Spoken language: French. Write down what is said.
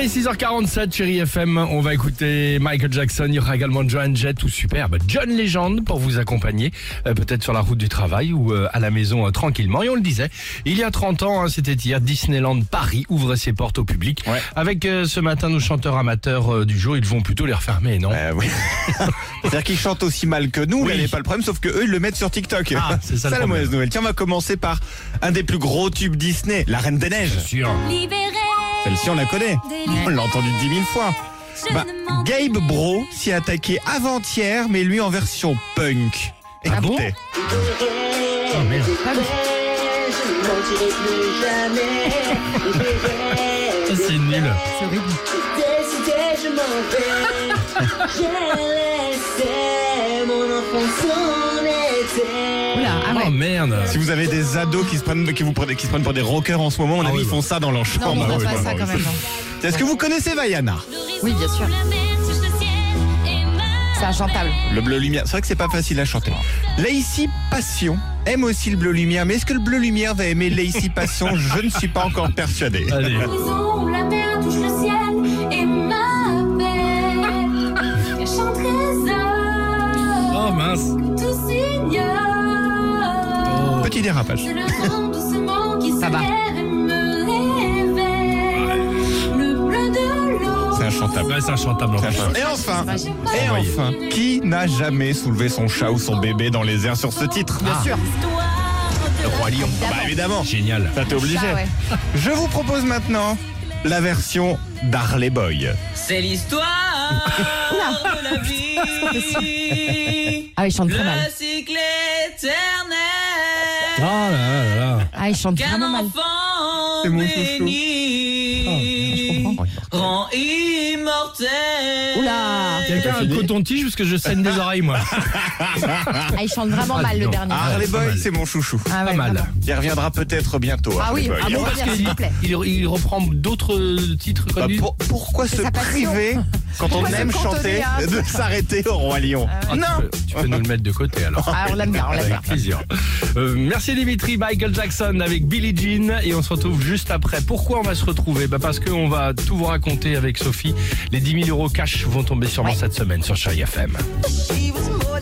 est 6h47, chérie FM. On va écouter Michael Jackson. Il y aura également John Jett ou superbe John Legend pour vous accompagner, euh, peut-être sur la route du travail ou euh, à la maison euh, tranquillement. Et on le disait, il y a 30 ans, hein, c'était hier, Disneyland Paris ouvre ses portes au public. Ouais. Avec euh, ce matin nos chanteurs amateurs euh, du jour, ils vont plutôt les refermer, non Euh, oui. C'est-à-dire qu'ils chantent aussi mal que nous, Oui. mais elle n'est pas le problème, sauf que eux, ils le mettent sur TikTok. Ah, c'est ça le la problème. mauvaise nouvelle. Tiens, on va commencer par un des plus gros tubes Disney, La Reine des Neiges. Sûr. Libéré. Celle-ci, on la connaît. On l'a entendu dix mille fois. Bah, Gabe Bro s'y est attaqué avant-hier, mais lui en version punk. Ah bon Écoutez. Oh, merde. Ça, c'est nul. C'est horrible. je m'en vais. J'ai laissé mon enfant s'en était. Oula, ah Oh ouais. merde. Si vous avez des ados qui se prennent, qui vous prennent, qui se prennent pour des rockers en ce moment, on a Ah avis, oui, ils bah. font ça dans leur Non, chambre. on Ah ne oui, pas bah, ça oui. quand même. hein. non. Est-ce que vous connaissez Vaiana Oui, bien sûr. C'est inchantable. Le bleu lumière, c'est vrai que c'est pas facile à chanter. Lacey Passion aime aussi le bleu lumière, mais est-ce que le bleu lumière va aimer Lacey Passion Je ne suis pas encore persuadé. Allez. L'horizon, la terre touche le ciel et m'appelle. Cachant trésor Oh mince. que tous ignorent. Petit dérapage. C'est le vent doucement qui se Ça va. lève et me réveille. Le bleu de l'eau. C'est inchantable. Ouais, c'est inchantable en C'est fait. inchantable. Et enfin, J'ai pas Ah et enfin, qui n'a jamais soulevé son chat ou son bébé dans les airs sur ce titre Bien sûr. l'histoire de Le roi lion. Bah évidemment. Génial. Ça t'es obligé. Ça, ouais. Je vous propose maintenant la version d'Harley Boy. C'est l'histoire de la vie. Ah, il chante très mal. Le cycle éternel Oh là là là là. Ah, il chante qu'un vraiment mal. Oh, enfant C'est mon chouchou. Oh, béni comprends. rend immortel. Oula. Quelqu'un a un coton-tige parce que je saigne des oreilles moi. Ah, il chante vraiment mal le non. dernier. Harley Ah, pas Boy, mal. c'est mon chouchou. Ah, Pas ouais, mal. vraiment. Il reviendra peut-être bientôt. Ah Harley oui, Boy. ah bon, Parce Reviens, s'il qu'il te plaît. il, il reprend d'autres euh, titres Bah, connus. pour- pourquoi se sa passion. priver quand on Pourquoi se aime cantonner chanter à un hein. de s'arrêter au roi lion Ah, tu peux- tu, peux, nous le mettre de côté alors. Ah, on l'aime bien, on l'aime bien. Avec plaisir. Euh, merci Dimitri, Michael Jackson avec Billie Jean et on se retrouve juste après. Pourquoi on va se retrouver bah Parce qu'on va tout vous raconter avec Sophie. Les 10 000 euros cash vont tomber sûrement cette semaine sur Chérie FM. She was more